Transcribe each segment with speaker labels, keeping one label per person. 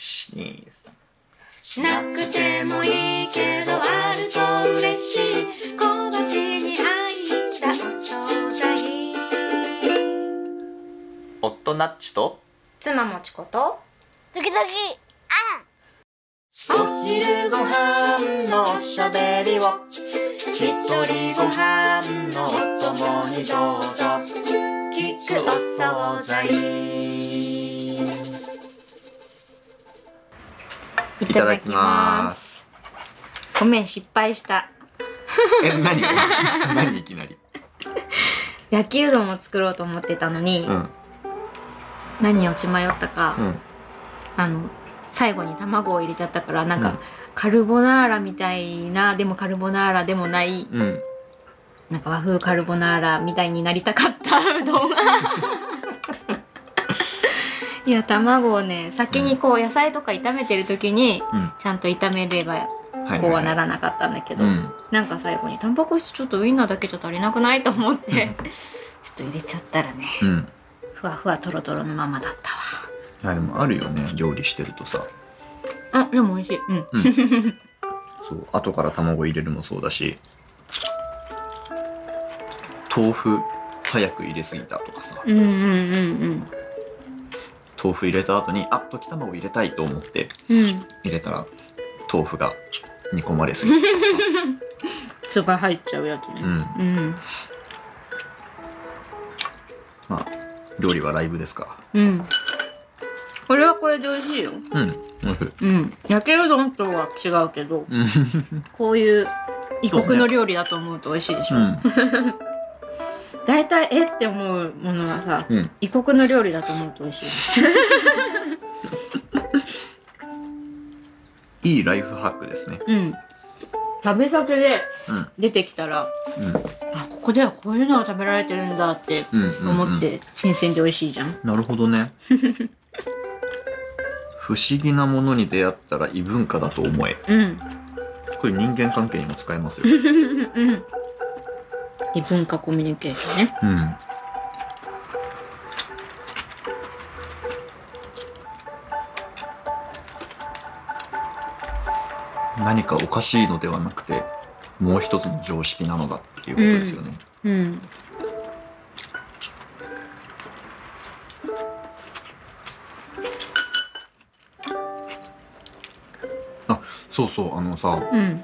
Speaker 1: 123
Speaker 2: しなくてもいいけどあると嬉しい小鉢に入ったお惣菜
Speaker 1: 夫ナッチと
Speaker 2: 妻もちこと
Speaker 3: 時々
Speaker 2: お昼ご飯のおしゃべりを一人ご飯のお供にどうぞ聞くお惣菜い
Speaker 1: いただきますす
Speaker 2: ごめん失敗した
Speaker 1: え何 何いきなり
Speaker 2: 焼きうどんを作ろうと思ってたのに、
Speaker 1: うん
Speaker 2: 何を血迷ったか、
Speaker 1: うん
Speaker 2: あの最後に卵を入れちゃったからなんか、
Speaker 1: うん
Speaker 2: カルボナーラみたいなでもカルボナーラでもない
Speaker 1: うん
Speaker 2: なんか和風カルボナーラみたいになりたかったうどんいや卵をね先にこう野菜とか炒めてる時に
Speaker 1: うん
Speaker 2: ちゃんと炒めれば
Speaker 1: はい
Speaker 2: こうはな
Speaker 1: ら
Speaker 2: らなかったんだけど、
Speaker 1: うん
Speaker 2: なんか最後にタンパク質ちょっとウインナーだけじゃ足りなくないと思ってちょっと入れちゃったらね
Speaker 1: うん
Speaker 2: ふわふわとろとろのままだったわ。
Speaker 1: いやでもあるよね料理してるとさ
Speaker 2: あでも美味しい。うん。
Speaker 1: そう後から卵入れるもそうだし豆腐早く入れすぎたとかさ
Speaker 2: うんうんうん
Speaker 1: 豆腐入れた後にあ溶き卵入れたいと思って
Speaker 2: うん。うん。
Speaker 1: 入れたら豆腐が煮込まれすぎ たとかさ
Speaker 2: つば入っちゃうやつ
Speaker 1: う
Speaker 2: ね。
Speaker 1: ん
Speaker 2: うん。
Speaker 1: まあ料理はライブですか
Speaker 2: うん。これはこれで美味しいよ。
Speaker 1: らうんうん
Speaker 2: うん。焼きうどんとは違うけど、
Speaker 1: うん
Speaker 2: こういう異
Speaker 1: そうね
Speaker 2: 国の料理だと思うと美味しいでし
Speaker 1: う
Speaker 2: ょ。
Speaker 1: ん
Speaker 2: 大体、えって思うものはさ、
Speaker 1: うん
Speaker 2: 異国の料理だと思うと美味しい。
Speaker 1: いいライフハックですね
Speaker 2: うん。旅先で
Speaker 1: うん
Speaker 2: 出てきたら、あ、ここではこういうのが食べられてるんだって
Speaker 1: うんうんうん
Speaker 2: 思って、新鮮で美味しいじゃん。
Speaker 1: なるほど ね不思議なものに出会ったら異文化だと思え
Speaker 2: うん。
Speaker 1: これ人間関係にも使えますよ、
Speaker 2: うん。 異文化コミュニケーションね。
Speaker 1: うん、何かおかしいのではなくてもう一つの常識なのだっていうことですよね、
Speaker 2: うん。
Speaker 1: そうそうあのさ
Speaker 2: うん。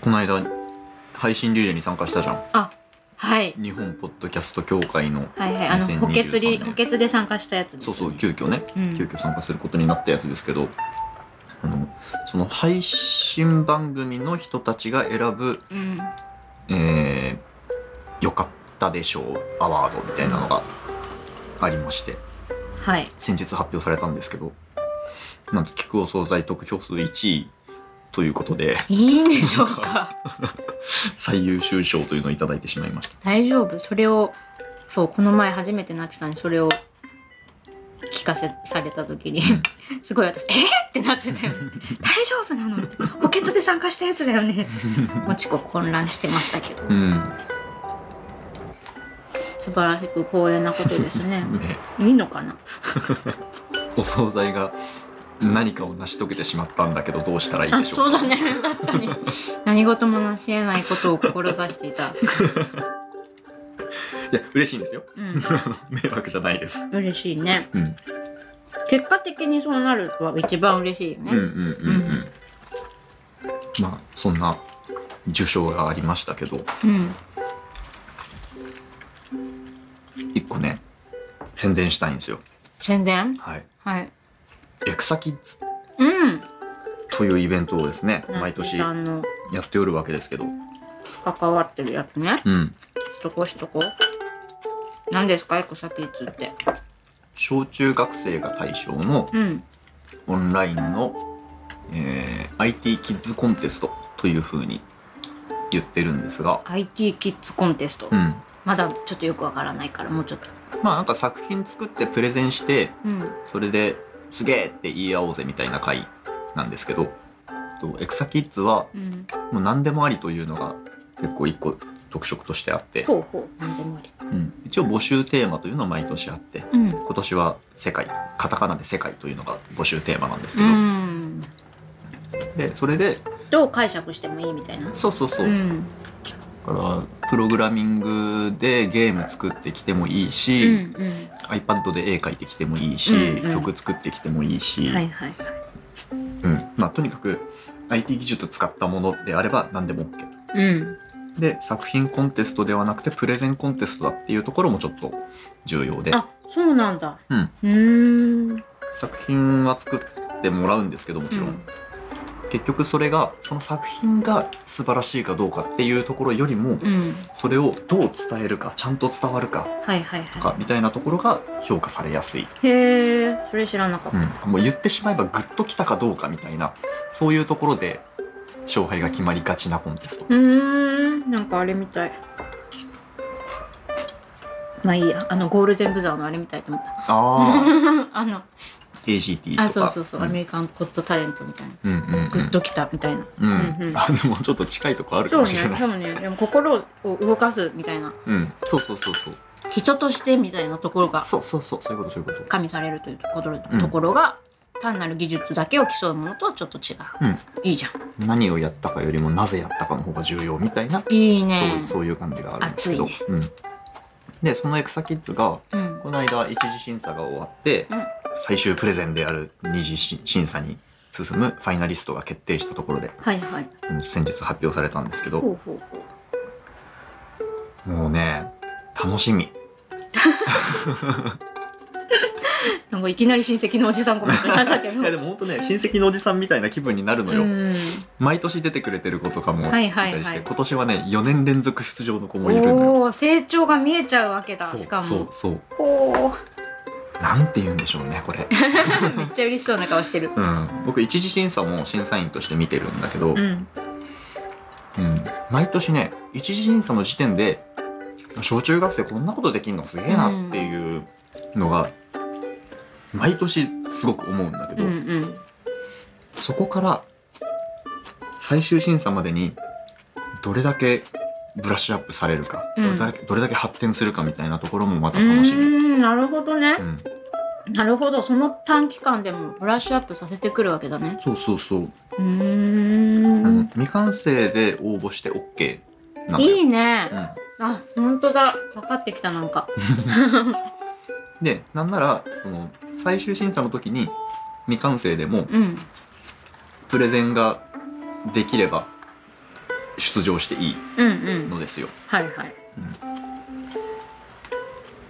Speaker 1: この間配信リレーに参加したじゃん
Speaker 2: あ、はい。
Speaker 1: 日本ポッドキャスト協会の
Speaker 2: はいはい。あの、
Speaker 1: 2023
Speaker 2: 補欠
Speaker 1: 年
Speaker 2: り、補欠で参加したやつです、
Speaker 1: そ
Speaker 2: ね。
Speaker 1: うそう急遽ね、
Speaker 2: うん
Speaker 1: 急遽参加することになったやつですけどあのその配信番組の人たちが選ぶ
Speaker 2: うん。
Speaker 1: 「えー、よかったでしょう」アワードみたいなのがありまして
Speaker 2: はい。
Speaker 1: 先日発表されたんですけどなんと「菊お惣菜得票数1位」ということで
Speaker 2: いいんでしょうか。
Speaker 1: 最優秀賞というのをいただいてしまいました
Speaker 2: 大丈夫。それを、そう、この前初めてなっちさんにそれを聞かせ、された 時に、すごい私、えー、ってなって たよね。大丈夫なの補欠で参加したやつだよね。もちこ混乱してましたけど、
Speaker 1: うん
Speaker 2: 素晴らしく光栄なことですね。
Speaker 1: ね
Speaker 2: いいのかな
Speaker 1: お惣菜が何かを成し遂げてしまったんだけどどうしたらいい
Speaker 2: あ
Speaker 1: でしょ
Speaker 2: そうう
Speaker 1: か
Speaker 2: だね確かに 何事も成し得ないことを志していた
Speaker 1: いや嬉しいんですよ
Speaker 2: う
Speaker 1: 迷惑じゃないです
Speaker 2: ん嬉しいね
Speaker 1: うん
Speaker 2: 結果的にそうなるのは一番嬉しいよね、
Speaker 1: うんうんうんうんまあそんな受賞がありましたけど
Speaker 2: うん
Speaker 1: 一個ね宣伝したいんですよ
Speaker 2: 宣伝
Speaker 1: はい
Speaker 2: はい
Speaker 1: エクサキッズ
Speaker 2: うん
Speaker 1: というイベントをですね毎年
Speaker 2: なっちさ
Speaker 1: や
Speaker 2: んの
Speaker 1: っておるわけですけど
Speaker 2: 関わってるやつね
Speaker 1: うん
Speaker 2: しとこしとこ何ですかエコサキッズって
Speaker 1: 小中学生が対象の
Speaker 2: うん
Speaker 1: オンラインの、えー IT キッズコンテストというふうに言ってるんですが
Speaker 2: IT キッズコンテスト、
Speaker 1: うん
Speaker 2: まだちょっとよくわからないからもうちょっと
Speaker 1: まあなんか作品作ってプレゼンして
Speaker 2: うん
Speaker 1: それですげえって言い合おうぜみたいな回なんですけどとエクサキッズは
Speaker 2: うん
Speaker 1: もう何でもありというのが結構一個特色としてあって、
Speaker 2: ほうほう何でもあり
Speaker 1: うん一応募集テーマというのは毎年あって
Speaker 2: うん
Speaker 1: 今年は世界カタカナで世界というのが募集テーマなんです
Speaker 2: う
Speaker 1: けど、
Speaker 2: ん
Speaker 1: でそれで
Speaker 2: どう解釈してもいいみたいな
Speaker 1: そうそうそう、
Speaker 2: うん
Speaker 1: だからプログラミングでゲーム作ってきてもいいうし、
Speaker 2: ん
Speaker 1: iPad で絵描いてきてもいいし、
Speaker 2: うんうん
Speaker 1: 曲作ってきてもいいし、
Speaker 2: うんはいはいはい
Speaker 1: うんまあ、とにかく IT 技術使ったものであれば何でも OK
Speaker 2: うん
Speaker 1: で作品コンテストではなくてプレゼンコンテストだっていうところもちょっと重要で
Speaker 2: あそうなんだ
Speaker 1: うん
Speaker 2: うーん
Speaker 1: 作品は作ってもらうんですけどもちろん、
Speaker 2: うん
Speaker 1: 結局それがその作品が素晴らしいかどうかっていうところよりも
Speaker 2: うん
Speaker 1: それをどう伝えるかちゃんと伝わるか
Speaker 2: はいはい
Speaker 1: と
Speaker 2: は
Speaker 1: かみたいなところが評価されやすい、
Speaker 2: いへえそれ知らなかった
Speaker 1: うんもう言ってしまえばグッときたかどうかみたいなそういうところで勝敗が決まりがちなコンテスト
Speaker 2: うーんなんかあれみたいまあいいやあのゴールデンブザーのあれみたいと思った
Speaker 1: ああ
Speaker 2: あの
Speaker 1: AGT とか
Speaker 2: あそうそうそう、ア
Speaker 1: ん
Speaker 2: メリカンゴッドタレントみたいな
Speaker 1: うんうんうん
Speaker 2: グッときたみたいな、
Speaker 1: うん
Speaker 2: うんうん
Speaker 1: あでもちょっと近いとこあるか
Speaker 2: そう
Speaker 1: も
Speaker 2: ね
Speaker 1: しれない
Speaker 2: そうねでも心を動かすみたいな
Speaker 1: うん、そうそうそうそう
Speaker 2: 人としてみたいなところが
Speaker 1: そうそうそうそういうことそういうこと
Speaker 2: 加味されるというところ,、
Speaker 1: うん
Speaker 2: ところが単なる技術だけを競うものとはちょっと違う、
Speaker 1: うん
Speaker 2: いいじゃ
Speaker 1: 何をやったかよりもなぜやったかの方が重要みたいな、
Speaker 2: んいい
Speaker 1: そう
Speaker 2: ね
Speaker 1: そういう感じがあるんですけど、
Speaker 2: 熱いね
Speaker 1: うん、でそのエクサキッズが
Speaker 2: うん
Speaker 1: この間一次審査が終わって、
Speaker 2: うん
Speaker 1: 最終プレゼンである二次し審査に進むファイナリストが決定したところで
Speaker 2: はいはい
Speaker 1: うん先日発表されたんですけど
Speaker 2: ほうほうほう
Speaker 1: もうね楽しみ
Speaker 2: なんかいきなり親戚のおじさんコメントいただ けど
Speaker 1: いやでも本当ね親戚のおじさんみたいな気分になるのよ、
Speaker 2: うん
Speaker 1: 毎年出てくれてる子とかもいた
Speaker 2: は
Speaker 1: り
Speaker 2: い
Speaker 1: して、
Speaker 2: はいはい
Speaker 1: 今年はね4年連続出場の子もいるのよ
Speaker 2: おおー成長が見えちゃうわけだ
Speaker 1: そう
Speaker 2: しか
Speaker 1: そう
Speaker 2: も
Speaker 1: そう
Speaker 2: おお
Speaker 1: なんて言うんでしょうねこれ
Speaker 2: めっちゃ嬉しそうな顔してる
Speaker 1: うん、僕一次審査も審査員として見てるんだけど、う
Speaker 2: うんん
Speaker 1: 毎年ね一次審査の時点で小中学生こんなことできるのすげえなっていうのが毎年すごく思うんだけ
Speaker 2: う
Speaker 1: ど、
Speaker 2: んうん
Speaker 1: そこから最終審査までにどれだけブラッシュアップされるか、
Speaker 2: うん
Speaker 1: どれだけどれだけ発展するかみたいなところもま
Speaker 2: う
Speaker 1: た楽しみ。
Speaker 2: ーんなるほどね
Speaker 1: うん
Speaker 2: なるほどその短期間でもブラッシュアップさせてくるわけだね
Speaker 1: そうそうそう、
Speaker 2: うー
Speaker 1: あの
Speaker 2: ん
Speaker 1: 未完成で応募して OK なのよ
Speaker 2: いいね
Speaker 1: うん、
Speaker 2: あ本当だ分かってきたなんか
Speaker 1: でなんならその最終審査の時に未完成でも
Speaker 2: うん
Speaker 1: プレゼンができれば出場していい
Speaker 2: うんうん
Speaker 1: のですよ。
Speaker 2: はいはい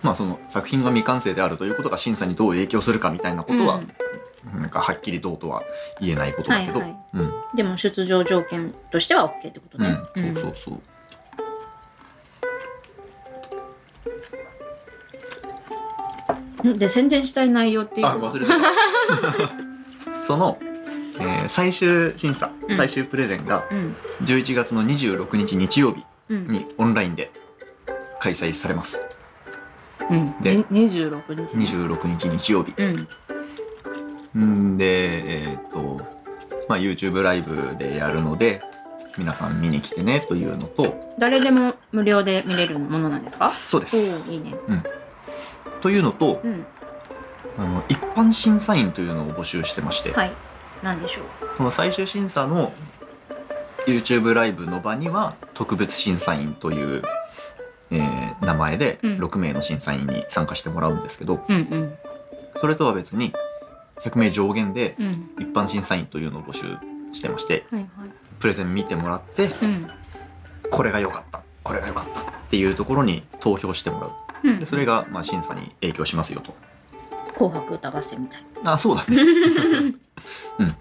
Speaker 1: まあその作品が未完成であるということが審査にどう影響するかみたいなことは、なんかはっきりどうとは言えないことだけど、
Speaker 2: はいはい
Speaker 1: うん
Speaker 2: うん、でも出場条件としては OK ってことね、
Speaker 1: うん、そうそうそう。
Speaker 2: うんで宣伝したい内容っていう
Speaker 1: あ
Speaker 2: のは
Speaker 1: 忘れて た。その、えー最終審査
Speaker 2: うん
Speaker 1: 最終プレゼンが
Speaker 2: うん
Speaker 1: 11月の26日日曜日
Speaker 2: うん
Speaker 1: にオンラインで開催されます。
Speaker 2: うん
Speaker 1: で
Speaker 2: に26日
Speaker 1: 26日日曜日。
Speaker 2: うん
Speaker 1: うんで、えっ、と、まあ、YouTube ライブでやるので、皆さん見に来てねというのと、
Speaker 2: 誰でも無料で見れるものなんですか
Speaker 1: そうで
Speaker 2: お
Speaker 1: す。
Speaker 2: おいいね
Speaker 1: というのと、
Speaker 2: うん
Speaker 1: あの、一般審査員というのを募集してまして、
Speaker 2: はいなんでしょう
Speaker 1: その最終審査の YouTube ライブの場には、特別審査員という、えー名前で
Speaker 2: うん
Speaker 1: 6名の審査員に参加してもらうんですけど、
Speaker 2: うんうん
Speaker 1: それとは別に、100名上限で
Speaker 2: うん
Speaker 1: 一般審査員というのを募集してまして、
Speaker 2: はいはい
Speaker 1: プレゼン見てもらって、
Speaker 2: うん
Speaker 1: これが良かったこれが良かったっていうところに投票してもらう
Speaker 2: うん
Speaker 1: でそれがまあ審査に影響しますよと
Speaker 2: 紅白歌合戦みたい
Speaker 1: あそうだね うん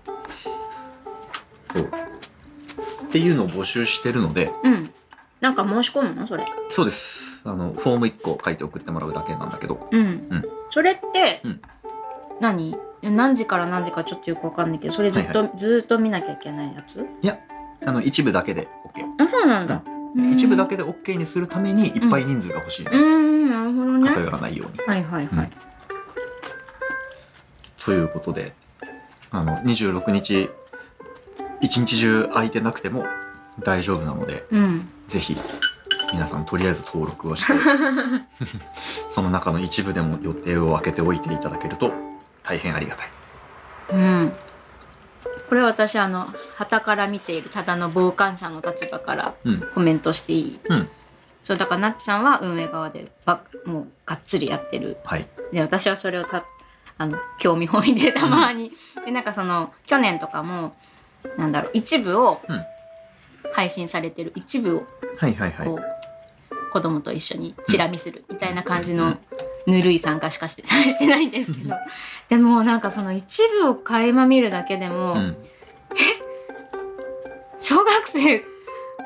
Speaker 1: そうっていうのを募集してるので
Speaker 2: うんなんか申し込むのそれ
Speaker 1: そうですあのフォーム1個書いて送ってもらうだけなんだけど
Speaker 2: うん、
Speaker 1: うん
Speaker 2: それって、
Speaker 1: うん
Speaker 2: 何何時から何時かちょっとよくわかんないけどそれずっと、ずーっと見なきゃいけないやつ
Speaker 1: あの一部だけで OK
Speaker 2: あそうなんだ、うん
Speaker 1: 一部だけで OK にするためにいっぱい人数が欲しい、
Speaker 2: うーんなるほどね
Speaker 1: 偏らないように
Speaker 2: はいはいはい、
Speaker 1: ということであの26日一日中空いてなくても大丈夫なので
Speaker 2: うん
Speaker 1: ぜひ皆さんとりあえず登録をして その中の一部でも予定を空けておいていただけると大変ありがたい
Speaker 2: うん、これ私あの旗から見ているただの傍観者の立場から
Speaker 1: うん
Speaker 2: コメントしていい、
Speaker 1: うん
Speaker 2: そうだからなっちさんは運営側でばもうがっつりやってる
Speaker 1: はい
Speaker 2: で私はそれをたあの興味本位で たまに、でなんかその去年とかもなんだろう一部を
Speaker 1: うん
Speaker 2: 配信されてる一部を
Speaker 1: はいはいはい
Speaker 2: こう、子供と一緒にチラ見するみたいな感じのぬるい参加しかして してないんですけどでもなんかその一部を垣間見るだけでも、
Speaker 1: うん、
Speaker 2: 小学生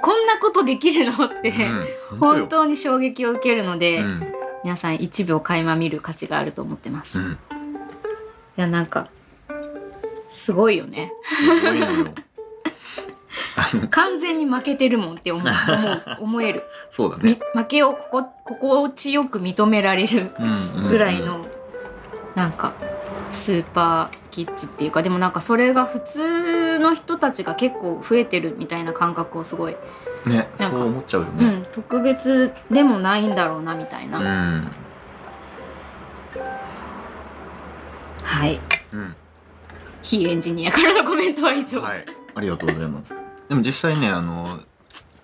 Speaker 2: こんなことできるのって、
Speaker 1: うん
Speaker 2: 本
Speaker 1: よ
Speaker 2: 当に衝撃を受けるので、
Speaker 1: うん
Speaker 2: 皆さん一部を垣間見る価値があると思ってます。
Speaker 1: う
Speaker 2: い
Speaker 1: ん
Speaker 2: やなんかすごいよね
Speaker 1: すごいのよあの
Speaker 2: 完全に負けてるもんって思う思う 思える、
Speaker 1: そうだ
Speaker 2: み
Speaker 1: ね、
Speaker 2: 負けをここ心地よく認められる
Speaker 1: うんうんうん
Speaker 2: ぐらいのなんかスーパーキッズっていうかでもなんかそれが普通の人たちが結構増えてるみたいな感覚をすごい、
Speaker 1: ね
Speaker 2: なん
Speaker 1: そ
Speaker 2: か
Speaker 1: う思っちゃうよ
Speaker 2: う
Speaker 1: ね
Speaker 2: ん、特別でもないんだろうなみたいな、
Speaker 1: うん
Speaker 2: はい
Speaker 1: うん
Speaker 2: 非エンジニアからのコメントは以上、
Speaker 1: はいありがとうございますでも実際ねあの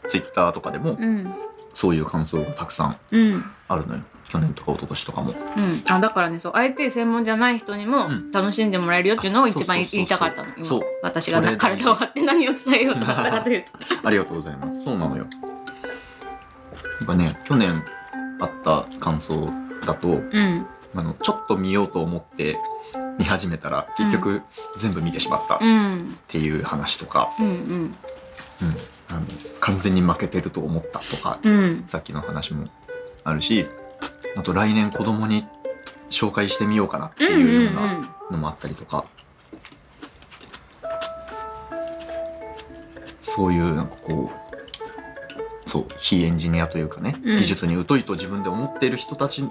Speaker 1: ツイッターとかでも
Speaker 2: うん
Speaker 1: そういう感想がたくさん
Speaker 2: うんうん
Speaker 1: あるのよ去年とか一昨年とかも
Speaker 2: あだからねそう IT 専門じゃない人にも
Speaker 1: うん
Speaker 2: 楽しんでもらえるよっていうのを一
Speaker 1: そうそうそう
Speaker 2: 番
Speaker 1: そう
Speaker 2: 言いたかったの今
Speaker 1: そう
Speaker 2: 私が
Speaker 1: そ
Speaker 2: な
Speaker 1: れ
Speaker 2: 体を張って何を伝えようと思ったかというと
Speaker 1: ありがとうございますそうなのよなんかね去年あった感想だと
Speaker 2: うん
Speaker 1: あのちょっと見ようと思って見始めたら結局全部見てしまったっ
Speaker 2: うん
Speaker 1: ていう話とか、
Speaker 2: うんうん
Speaker 1: うんあの完全に負けてると思ったとか
Speaker 2: うん
Speaker 1: さっきの話もあるしあと来年子供に紹介してみようかなって
Speaker 2: うん
Speaker 1: いう
Speaker 2: う
Speaker 1: ようんな
Speaker 2: うん
Speaker 1: のもあったりとか、そういうなんかこうそう非エンジニアというかね、
Speaker 2: うん
Speaker 1: 技術に疎いと自分で思っている人たち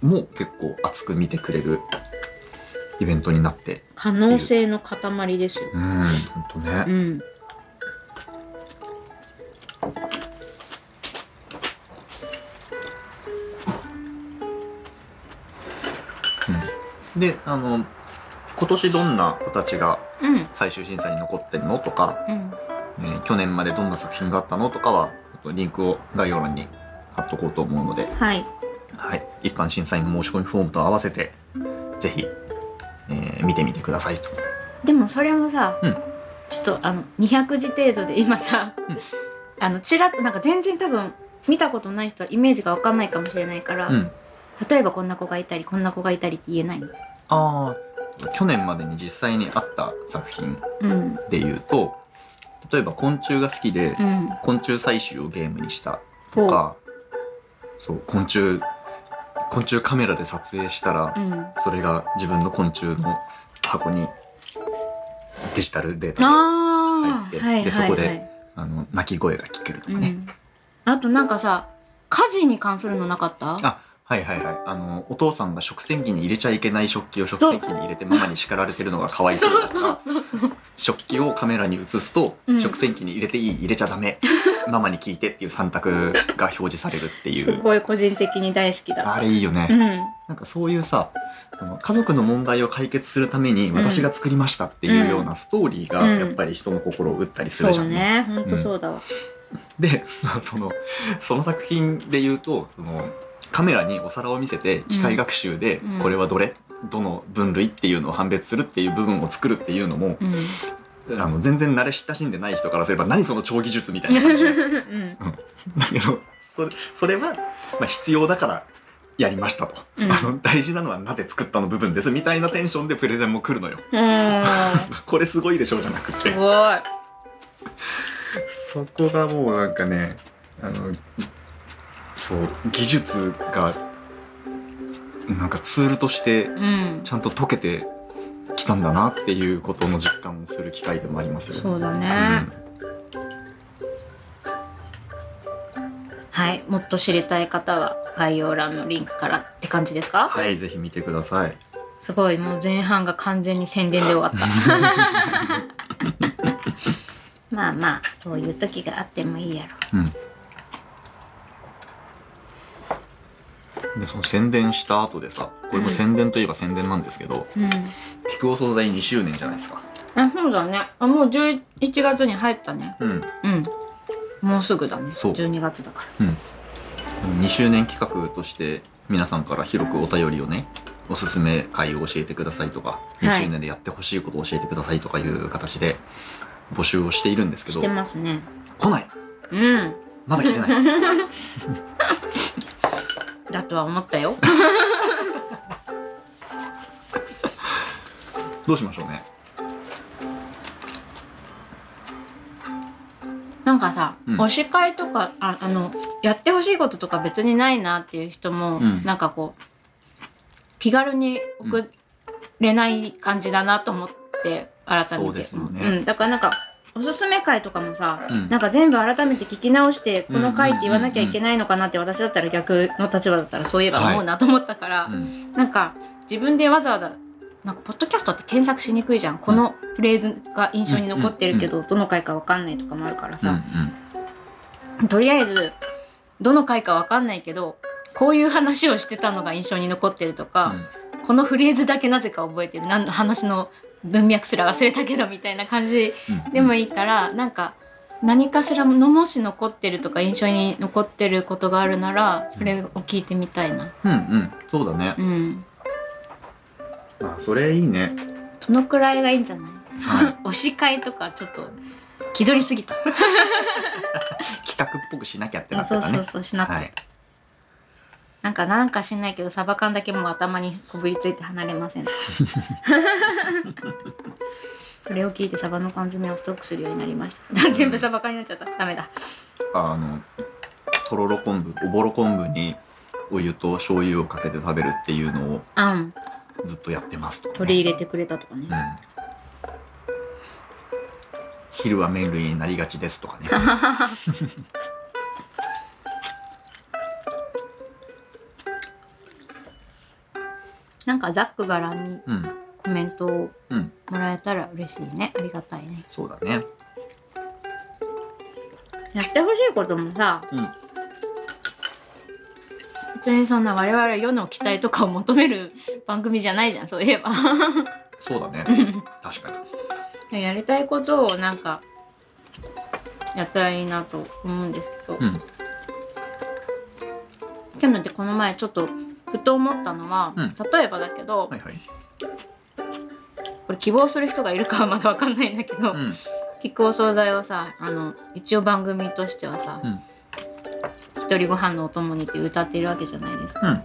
Speaker 1: も結構熱く見てくれるイベントになって
Speaker 2: 可能性の塊ですよ
Speaker 1: うんほんとね、
Speaker 2: うん
Speaker 1: であの今年どんな子たちが
Speaker 2: うん
Speaker 1: 最終審査に残ってるのとか
Speaker 2: うん
Speaker 1: えー去年までどんな作品があったのとかはちょっとリンクを概要欄に貼っとこうと思うので、
Speaker 2: はい
Speaker 1: はい、一般審査員の申し込みフォームと合わせてぜひ、えー見てみてくださいと。
Speaker 2: でもそれもさ、
Speaker 1: うん
Speaker 2: ちょっとあの200字程度で今さ、
Speaker 1: うん
Speaker 2: あのちらっとなんか全然多分見たことない人はイメージがわかんないかもしれないから、
Speaker 1: うん、
Speaker 2: 例えばこんな子がいたりこんな子がいたりって言えないの
Speaker 1: あー去年までに実際にあった作品
Speaker 2: うん
Speaker 1: でいうと例えば昆虫が好きで
Speaker 2: うん
Speaker 1: 昆虫採集をゲームにしたとか、そう昆虫昆虫カメラで撮影したら、
Speaker 2: うん
Speaker 1: それが自分の昆虫の箱にデジタルデータで
Speaker 2: あ
Speaker 1: 入って
Speaker 2: ーはいはいはい
Speaker 1: でそこであの鳴き声が聞けると
Speaker 2: う
Speaker 1: かね、
Speaker 2: ん、あとなんかさ家事に関するのなかった
Speaker 1: あはいはいはいあのお父さんが食洗機に入れちゃいけない食器を食洗機に入れてママに叱られてるのがかわい
Speaker 2: そ
Speaker 1: そううだと
Speaker 2: そう
Speaker 1: か
Speaker 2: そう
Speaker 1: 食器をカメラに映すと、
Speaker 2: うん
Speaker 1: 食洗機に入れていい入れちゃダ メママに聞いてっていう3択が表示されるってい
Speaker 2: す
Speaker 1: う
Speaker 2: ごい個人的に大好きだ
Speaker 1: あれいいよね、
Speaker 2: うん
Speaker 1: なんかそういうさあの家族の問題を解決するために私が作りましたっていうようなストーリーが
Speaker 2: うん
Speaker 1: やっぱり人の心を打ったりす
Speaker 2: そ
Speaker 1: るじゃ
Speaker 2: うんねほんとそうだわ、
Speaker 1: で、まあ、そのその作品で言うとそのカメラにお皿を見せて機械学習で
Speaker 2: うん
Speaker 1: これはどれ、どの分類っていうのを判別するっていう部分を作るっていうのも、
Speaker 2: うん
Speaker 1: あの全然慣れ親しんでない人からすれば何その超技術みたいな 感じだ
Speaker 2: うん
Speaker 1: けどそれそれは、まあ、必要だからやりましたと、
Speaker 2: うん
Speaker 1: あの大事なのはなぜ作ったの部分ですみたいなテンションでプレゼンも来るのよ
Speaker 2: うん
Speaker 1: これすごいでしょうじゃなくて
Speaker 2: すごい
Speaker 1: そこがもうなんかねあのそう技術がなんかツールとして
Speaker 2: うん
Speaker 1: ちゃんと解けてきたんだなっていうことの実感をする機会でもありますよ
Speaker 2: そうだ
Speaker 1: う
Speaker 2: ね、
Speaker 1: ん
Speaker 2: はいもっと知りたい方は概要欄のリンクからって感じですか、
Speaker 1: はいぜひ見てください
Speaker 2: すごいもう前半が完全に宣伝で終わ ったまあまあそういう時があってもいいやろ
Speaker 1: うんでその宣伝した後でさこれも宣伝といえば宣伝なんですけど
Speaker 2: うん
Speaker 1: 「菊お惣菜」2周年じゃないですか
Speaker 2: あそうだねあもう11月に入ったね
Speaker 1: うん
Speaker 2: うんもうすぐだね
Speaker 1: そう
Speaker 2: 12月だから
Speaker 1: 2周年企画として皆さんから広くお便りをねおすすめ会を教えてくださいとか、
Speaker 2: い
Speaker 1: 2周年でやってほしいことを教えてくださいとかいう形で募集をしているんですけ
Speaker 2: し
Speaker 1: ど
Speaker 2: てますね
Speaker 1: 来ない
Speaker 2: うん
Speaker 1: まだ来てない
Speaker 2: だとは思ったよ
Speaker 1: どうしましょうね
Speaker 2: なんかさ、
Speaker 1: うん
Speaker 2: 推し会とかああのやってほしいこととか別にないなっていう人も、
Speaker 1: うん
Speaker 2: なんかこう気軽に送れない感じだなと思って改めて
Speaker 1: そうですよね
Speaker 2: うん、だからなんかおすすめ会とかもさ、
Speaker 1: うん
Speaker 2: なんか全部改めて聞き直して
Speaker 1: う
Speaker 2: こ
Speaker 1: ん
Speaker 2: の回って言わなきゃいけないのかなって私だったら逆の立場だったらそういえば思うなと思ったから、
Speaker 1: うん
Speaker 2: なんか自分でわざわざなんかポッドキャストって検索しにくいじゃんこのフレーズが印象に残ってるけど、どの回かわかんないとかもあるから
Speaker 1: うんう
Speaker 2: さ、
Speaker 1: ん
Speaker 2: とりあえずどの回かわかんないけどこういう話をしてたのが印象に残ってるとか、このフレーズだけなぜか覚えてる何の話の文脈すら忘れたけどみたいな感じ
Speaker 1: うん
Speaker 2: でもいいから、なんか何かしらのもし残ってるとか印象に残ってることがあるならそれを聞いてみたいな。
Speaker 1: うんうんそうだね
Speaker 2: うん、
Speaker 1: あそれいいね
Speaker 2: そのくらいがいいんじゃない
Speaker 1: はい
Speaker 2: 推し会とかちょっと気取りすぎた。
Speaker 1: 企画っぽくしなきゃってなった
Speaker 2: そ
Speaker 1: か
Speaker 2: う
Speaker 1: らね
Speaker 2: そうそうしなかった。
Speaker 1: はい
Speaker 2: なんかなんかしないけどサバ缶だけもう頭にこびりついて離れません。これを聞いてサバの缶詰をストックするようになりました。 全部サバ缶になっちゃった。ダメだ。
Speaker 1: あのとろろ昆布おぼろ昆布にお湯と醤油をかけて食べるっていうのを
Speaker 2: あん
Speaker 1: ずっとやってますとかね、
Speaker 2: 取り入れてくれたとかね。
Speaker 1: うん昼は麺類になりがちですとか ね
Speaker 2: なんかざっくばらんに
Speaker 1: うん
Speaker 2: コメントを
Speaker 1: うん
Speaker 2: もらえたら嬉しいね。ありがたいね。
Speaker 1: そうだね
Speaker 2: やってほしいこともさ、
Speaker 1: うん
Speaker 2: 別にそんな我々世の期待とかを求める番組じゃないじゃんそういえば
Speaker 1: そうだね確かに
Speaker 2: やりたいことをなんかやったらいいなと思うんですけど、
Speaker 1: うん
Speaker 2: けどでこの前ちょっとふと思ったのは、
Speaker 1: うん
Speaker 2: 例えばだけど、
Speaker 1: はいはい
Speaker 2: これ希望する人がいるかはまだわかんないんだけど、
Speaker 1: うん
Speaker 2: キックお惣菜はさあの一応番組としてはさ
Speaker 1: うん
Speaker 2: 「一、人、ご飯のお供に」って歌っているわけじゃないですか。
Speaker 1: うん
Speaker 2: な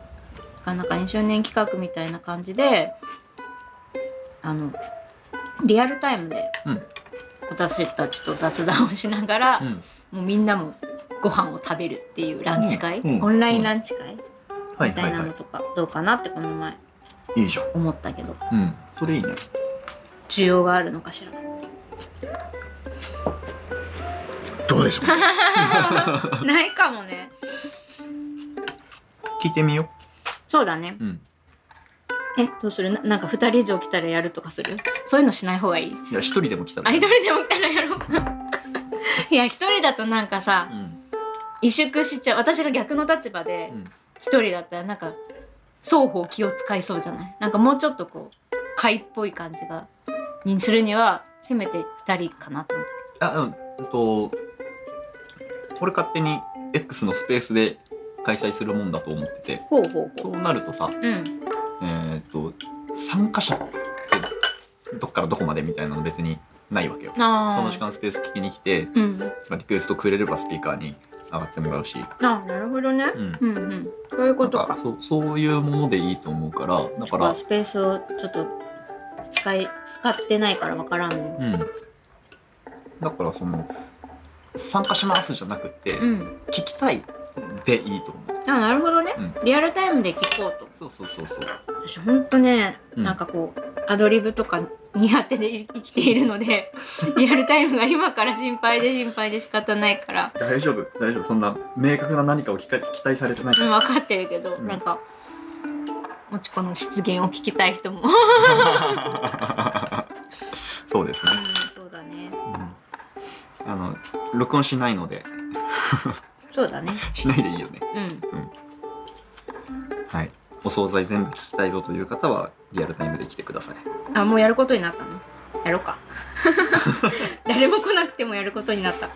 Speaker 2: かなか2周年企画みたいな感じであのリアルタイムで
Speaker 1: うん
Speaker 2: 私たちと雑談をしながら、
Speaker 1: うん
Speaker 2: もうみんなもご飯を食べるっていうランチ会、
Speaker 1: うんうん
Speaker 2: オンラインランチ会み
Speaker 1: はい
Speaker 2: た
Speaker 1: はい
Speaker 2: いな
Speaker 1: は
Speaker 2: のとかどうかなってこの前
Speaker 1: いいいじゃん
Speaker 2: 思ったけど
Speaker 1: うんそれいいね
Speaker 2: 需要があるのかしら
Speaker 1: どう でしょう
Speaker 2: ないかもね
Speaker 1: 聞いてみよ
Speaker 2: そうだね
Speaker 1: ううん
Speaker 2: えどうするななんか2人以上来たらやるとかするそういうのしない方がいい
Speaker 1: いや一人でも来たら
Speaker 2: アイドルでも来たらやろう いや1人だとなんかさ
Speaker 1: うん
Speaker 2: 萎縮しちゃう私が逆の立場で
Speaker 1: うん
Speaker 2: 一人だったらなんか双方気を使いそうじゃないなんかもうちょっとこう会っぽい感じがにするにはせめて2人かなと思っ
Speaker 1: あうんえっと俺勝手に X のスペースで開催するもんだと思ってて
Speaker 2: てほうほ
Speaker 1: そううなるとさ
Speaker 2: ううん
Speaker 1: えーっと参加者ってどっからどこまでみたいなの別にないわけよ
Speaker 2: あー
Speaker 1: その時間スペース聞きに来て
Speaker 2: うん
Speaker 1: まあリクエストくれればスピーカーに上がってもらうし、
Speaker 2: あなるほどね
Speaker 1: うん、
Speaker 2: うんうんそういう
Speaker 1: な
Speaker 2: こ
Speaker 1: ん
Speaker 2: とか
Speaker 1: かそうそういうものでいいと思うからだか
Speaker 2: ま
Speaker 1: ら
Speaker 2: あスペースをちょっと使い使ってないからわからんね
Speaker 1: うんだからその参加しますじゃなくて、
Speaker 2: うん
Speaker 1: 聞きたいでいいと思う
Speaker 2: あなるほどね、
Speaker 1: うん
Speaker 2: リアルタイムで聞こうと
Speaker 1: そうそうそうそう
Speaker 2: 私ほんとね、
Speaker 1: うん
Speaker 2: なんかこうアドリブとか苦手で生きているの でリアルタイムが今から心配で心配で仕方ないから、
Speaker 1: 大丈夫大丈夫そんな明確な何かを期待期待されてない
Speaker 2: うん、分かってるけど、
Speaker 1: うん
Speaker 2: なんかもちこの失言を聞きたい人も、うん、
Speaker 1: ら そうですね
Speaker 2: そうだね
Speaker 1: うんあの録音しないので
Speaker 2: そうだね
Speaker 1: しないでいいよね
Speaker 2: うん、
Speaker 1: お惣菜全部聞きたいぞという方はリアルタイムで来てください
Speaker 2: あもうやることになったのやろう か誰も来なくてもやることになった
Speaker 1: こ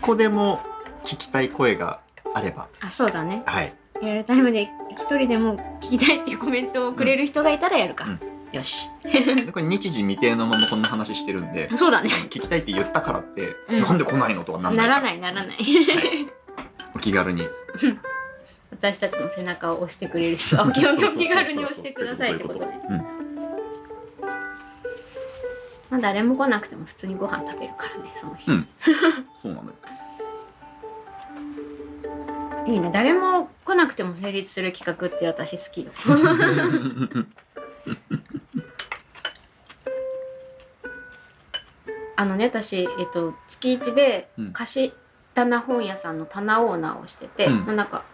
Speaker 1: こでも聞きたい声があれば
Speaker 2: あそうだね
Speaker 1: はい
Speaker 2: リアルタイムで一人でも聞きたいっていうコメントをくれる人がいたらやるか、よし
Speaker 1: でこれ日時未定のままこんな話してるんで
Speaker 2: そうだね
Speaker 1: 聞きたいって言ったからって、
Speaker 2: うん
Speaker 1: なんで来ないのとはなん
Speaker 2: なら
Speaker 1: い
Speaker 2: ないならない
Speaker 1: お気軽に
Speaker 2: 私たちの背中を押してくれる 人はお気を
Speaker 1: そうそうそうそう
Speaker 2: お気軽に押してくださいってことね
Speaker 1: うん
Speaker 2: まあ誰も来なくても普通にご飯食べるからねその日、
Speaker 1: うんそうなのよ
Speaker 2: いいね誰も来なくても成立する企画って私好きよあのね私、えっと、月一で
Speaker 1: うん
Speaker 2: 貸し棚本屋さんの棚オーナーをしてて、
Speaker 1: うん
Speaker 2: まあなんか、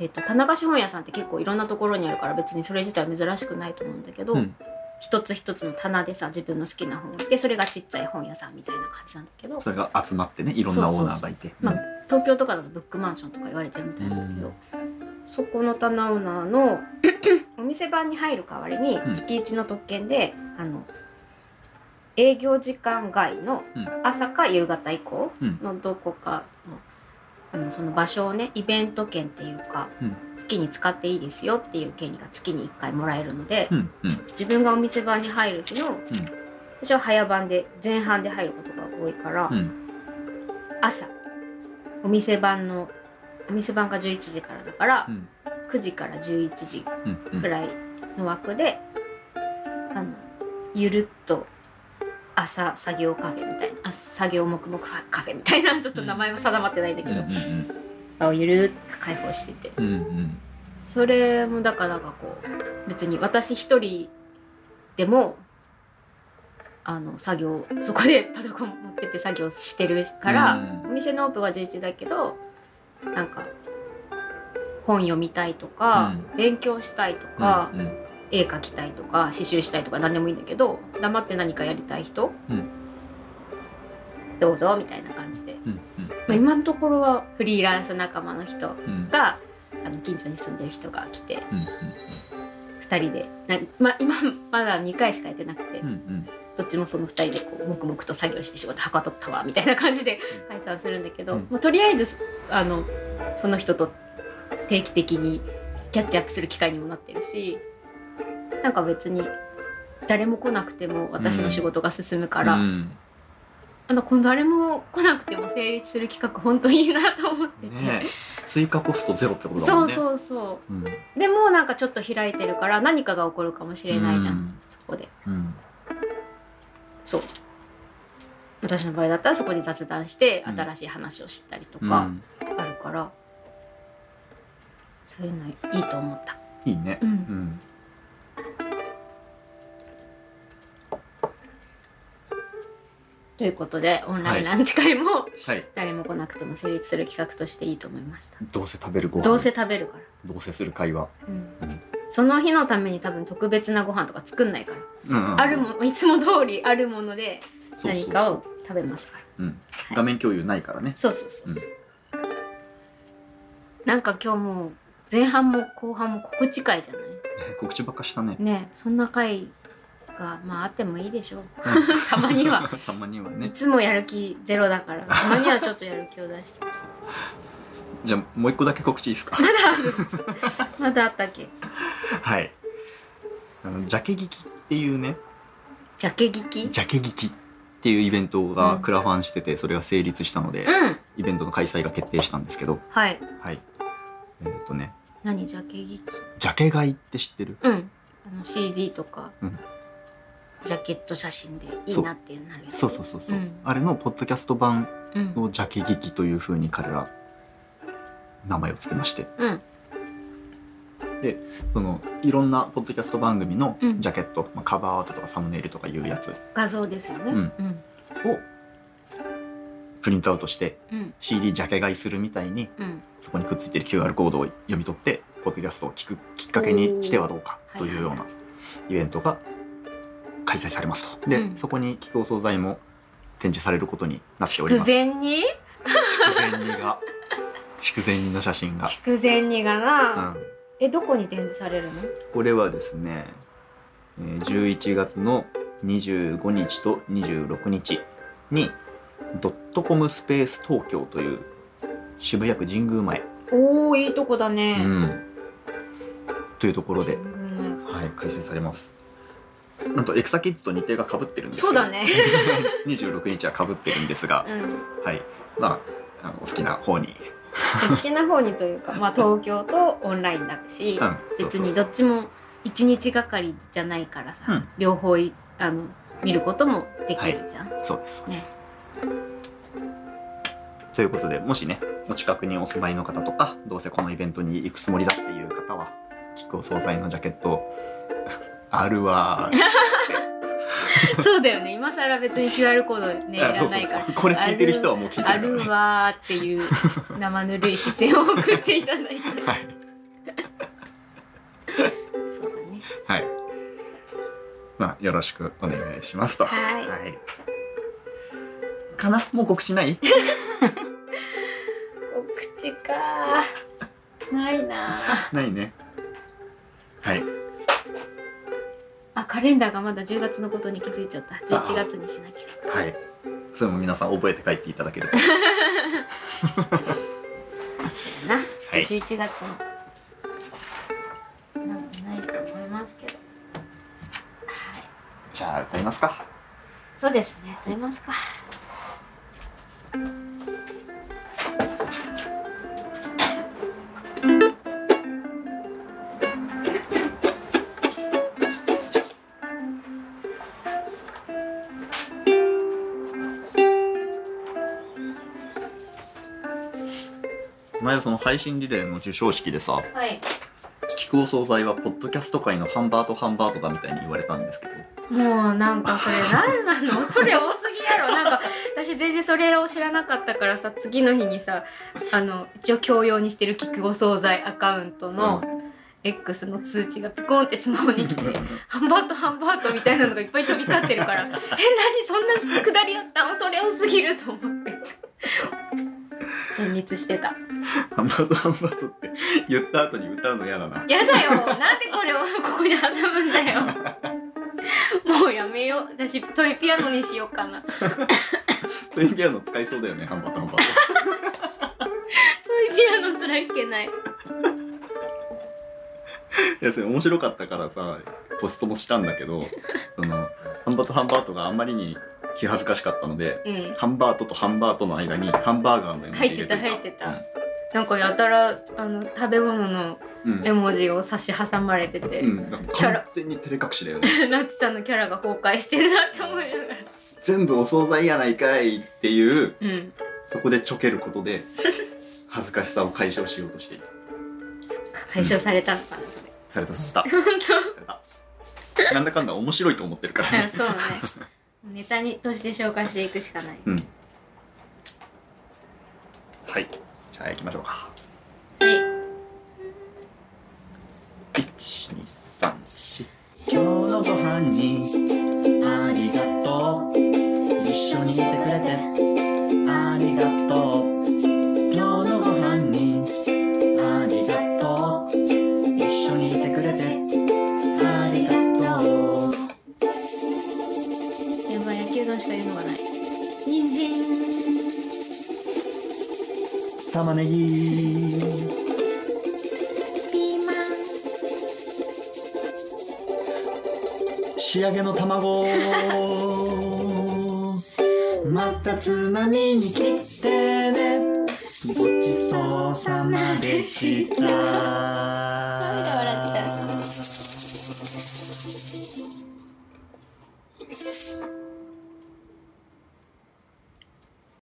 Speaker 2: えっと、棚貸し本屋さんって結構いろんなところにあるから別にそれ自体珍しくないと思うんだけど、
Speaker 1: うん
Speaker 2: 一つ一つの棚でさ自分の好きな本置いてそれがちっちゃい本屋さんみたいな感じなんだけど
Speaker 1: それが集まってねいろんなオーナーがいて
Speaker 2: まあ、東京とかだとブックマンションとか言われてるみたいなんだけど、そこの棚オーナー のお店番に入る代わりに
Speaker 1: うん
Speaker 2: 月一の特権で、あの営業時間外の
Speaker 1: うん
Speaker 2: 朝か夕方以降
Speaker 1: うん
Speaker 2: のどこかの,、あのその場所をねイベント券っていうか、
Speaker 1: うん
Speaker 2: 好きに使っていいですよっていう権利が月に1回もらえるので、
Speaker 1: うんうん
Speaker 2: 自分がお店番に入る日の、私は早番で前半で入ることが多いから、
Speaker 1: うん
Speaker 2: 朝お店番のお店番が11時からだから
Speaker 1: う、ん
Speaker 2: 9時から11時
Speaker 1: うんうん
Speaker 2: くらいの枠で、あのゆるっと朝作業カフェみたいな朝作業黙々カフェみたいなちょっと名前は定まってないんだけど、をゆるっと開放してて
Speaker 1: うんうんうん
Speaker 2: それもだからなんかこう別に私一人でもあの作業そこでパソコン持ってって作業してるから、
Speaker 1: うん
Speaker 2: お店のオープンは11時だけどなんか本読みたいとか、勉強したいとか、
Speaker 1: うんうん
Speaker 2: 絵描きたいとか刺繍したいとか何でもいいんだけど黙って何かやりたい人、
Speaker 1: うん
Speaker 2: どうぞみたいな感じで、ま
Speaker 1: うん
Speaker 2: あ、今のところはフリーランス仲間の人
Speaker 1: うん
Speaker 2: があの近所に住んでる人が来て
Speaker 1: うん
Speaker 2: 2人でな、まあ、今まだ2回しかやってなくて、
Speaker 1: うんうん
Speaker 2: どっちもその2人でこう黙々と作業して仕事はかどったわみたいな感じで
Speaker 1: うん
Speaker 2: 解散するんだけど、
Speaker 1: うん
Speaker 2: まあとりあえずすあのその人と定期的にキャッチアップする機会にもなってるしなんか別に誰も来なくても私の仕事が進むから、
Speaker 1: うん
Speaker 2: あの今度誰も来なくても成立する企画本当にいいなと思ってて、
Speaker 1: ねえ追加コストゼロってことだ
Speaker 2: そ
Speaker 1: もん
Speaker 2: う
Speaker 1: ねう
Speaker 2: そうそ
Speaker 1: ん
Speaker 2: うでもなんかちょっと開いてるから何かが起こるかもしれないじゃん、そこで
Speaker 1: うん
Speaker 2: そう私の場合だったらそこで雑談して
Speaker 1: うん
Speaker 2: 新しい話を知ったりと
Speaker 1: うん
Speaker 2: かあるから、そういうのいいと思った、
Speaker 1: いいね
Speaker 2: うん
Speaker 1: うん
Speaker 2: ということでオンラインランチ会も、
Speaker 1: はい
Speaker 2: 誰も来なくても成立する企画としていいと思いました
Speaker 1: どうせ食べるご飯
Speaker 2: どうせ食べるから、
Speaker 1: どうせする会話うん
Speaker 2: その日のために多分特別なご飯とか作んないから、
Speaker 1: あ
Speaker 2: あるものいつも通りあるもので何かを食べますから
Speaker 1: うん
Speaker 2: い
Speaker 1: 画面共有ないからね
Speaker 2: そうそうそうそう、なんか今日もう前半も後半も心地会じゃない
Speaker 1: 告知ばっかしたね
Speaker 2: ねそんな会がまああってもいいでしょう
Speaker 1: うん
Speaker 2: たまには
Speaker 1: たまにはいね
Speaker 2: つもやる気ゼロ だからたまにはちょっとやる気を出して
Speaker 1: じゃあもう一個だけ告知いいですか
Speaker 2: まだあったっけ
Speaker 1: はいあのジャケ聞きっていうね
Speaker 2: ジャケ聞き
Speaker 1: ジャケ聞きっていうイベント
Speaker 2: う
Speaker 1: が
Speaker 2: ん
Speaker 1: クラファンしててそれが成立したので
Speaker 2: うん
Speaker 1: イベントの開催が決定したんですけど
Speaker 2: はい
Speaker 1: はいえっとね
Speaker 2: 何ジャケ聞き
Speaker 1: ジャケ買いって知ってる
Speaker 2: うんあの CD とか、
Speaker 1: うん
Speaker 2: ジャケット写真でいいなってなるやつ
Speaker 1: そうそうそうそう、
Speaker 2: うん
Speaker 1: あれのポッドキャスト版
Speaker 2: うん
Speaker 1: のジャケ聞きというふうに彼ら名前を付けまして
Speaker 2: うん
Speaker 1: そのいろんなポッドキャスト番組の
Speaker 2: うん
Speaker 1: ジャケット、まあ、カバーアートとかサムネイルとかいうやつを
Speaker 2: 画像ですよね
Speaker 1: うん
Speaker 2: うん
Speaker 1: プリントアウトして
Speaker 2: うん、
Speaker 1: CD ジャケ買いするみたいに
Speaker 2: うん
Speaker 1: そこにくっついてる QR コードを読み取ってポッドキャストを聞くきっかけにしてはどうか
Speaker 2: おー
Speaker 1: というよう
Speaker 2: はい
Speaker 1: なイベントが開催されますと。で、
Speaker 2: うん
Speaker 1: そこに聞くお惣菜も展示されることになっており
Speaker 2: 筑
Speaker 1: ます。
Speaker 2: 前煮
Speaker 1: 筑前煮が筑前煮の写真が、
Speaker 2: 筑前煮がな、
Speaker 1: うん
Speaker 2: えどこに展示されるの
Speaker 1: これはですね、えー11月の25日と26日にドットコムスペース東京という渋谷区神宮前、
Speaker 2: おおいいとこだね、
Speaker 1: うんというところで、
Speaker 2: うん
Speaker 1: はい、開催されます。なんとエクサキッズと日程が被ってるんですけど
Speaker 2: そう だね
Speaker 1: 26日は被ってるんですが、
Speaker 2: うん
Speaker 1: はい、まああのお好きな方に、
Speaker 2: 好きな方にとい うか、まあ、東京とオンラインだし
Speaker 1: うん
Speaker 2: 別に
Speaker 1: そうそうそ
Speaker 2: ど
Speaker 1: う
Speaker 2: っちも一日がかりじゃないからさ、
Speaker 1: うん
Speaker 2: 両方いあの見ることもできるじゃん、
Speaker 1: そうですそうです、ということでもしねお近くにお住まいの方とかどうせこのイベントに行くつもりだっていう方はキックお惣菜のジャケット あるわー
Speaker 2: そうだよね今更別に QR コードねいら
Speaker 1: あ そう
Speaker 2: な
Speaker 1: そう
Speaker 2: い
Speaker 1: そ
Speaker 2: から
Speaker 1: うこれ聞いてる人はもう聞いてるか
Speaker 2: あ
Speaker 1: らね
Speaker 2: るわーっていう生ぬるい視線を送っていただいて
Speaker 1: はい、
Speaker 2: そうだね
Speaker 1: はい、まあよろしくお願いしますと
Speaker 2: はい
Speaker 1: かなもう告知ない
Speaker 2: お口かーないなー
Speaker 1: ないねはい
Speaker 2: あカレンダーがまだ10月のことに気づいちゃった11月にしなきゃ
Speaker 1: はい。それも皆さん覚えて帰っていただけ ると。
Speaker 2: そうだなちょっと11月もなんかないと思いますけどはい
Speaker 1: じゃあ歌いますか。
Speaker 2: そうですね歌いますか
Speaker 1: 前はその配信リレーの授賞式でさ、
Speaker 2: はい
Speaker 1: 木久扇総裁はポッドキャスト界のハンバートハンバートだみたいに言われたんですけど。
Speaker 2: もうなんかそれ何なの それ多すぎやろなんか私全然それを知らなかったからさ次の日にさあの一応共用にしてるキクゴ惣菜アカウントの X の通知がピコンってスマホに来てハンバートハンバートみたいなのがいっぱい飛び交ってるからえ何そんなくだりやったんそれ多すぎると思って全立してた
Speaker 1: ハンバートハンバートって言った後に歌うの嫌だな。
Speaker 2: やだよなんでこれをここに挟むんだよもうやめよう私トイピアノにしようかな
Speaker 1: トイピアノ使いそうだよねハンバートハ ンバー
Speaker 2: トイピアノすら弾けない
Speaker 1: ト。いやそれ面白かったからさポストもしたんだけど、そのハンバートハンバートがあんまりに気恥ずかしかったので。
Speaker 2: うん
Speaker 1: ハンバートとハンバートの間にハンバーガーの絵文字
Speaker 2: 入ってた入ってたなんかやたらあの食べ物の
Speaker 1: うん
Speaker 2: 絵文字を差し挟まれてて、
Speaker 1: うん、なんか完全に照れ隠しだよね
Speaker 2: ナッチさんのキャラが崩壊してるなって思いながら
Speaker 1: 全部お惣菜やないかいっていう
Speaker 2: うん
Speaker 1: そこでちょけること で恥ずかしさを解消しようとしている
Speaker 2: 解消されたのかなそ
Speaker 1: されたされ
Speaker 2: れ本
Speaker 1: たされたなんだかんだ面白いと思ってるから
Speaker 2: 当いや
Speaker 1: ね
Speaker 2: そうねネタにとして紹介していくしかない
Speaker 1: うんはいじゃあ行きましょうか
Speaker 2: はい
Speaker 1: 1234今日のご飯にありがとう一緒にいてくれてありがとう今日のご飯にありがとう一緒にいてくれてありがとう
Speaker 2: やばい野球丼しか言うのがない人参
Speaker 1: 玉ねぎ
Speaker 2: ピーマン
Speaker 1: 仕上げの卵またつまみに切ってねごちそうさまでした
Speaker 2: 涙笑ってきた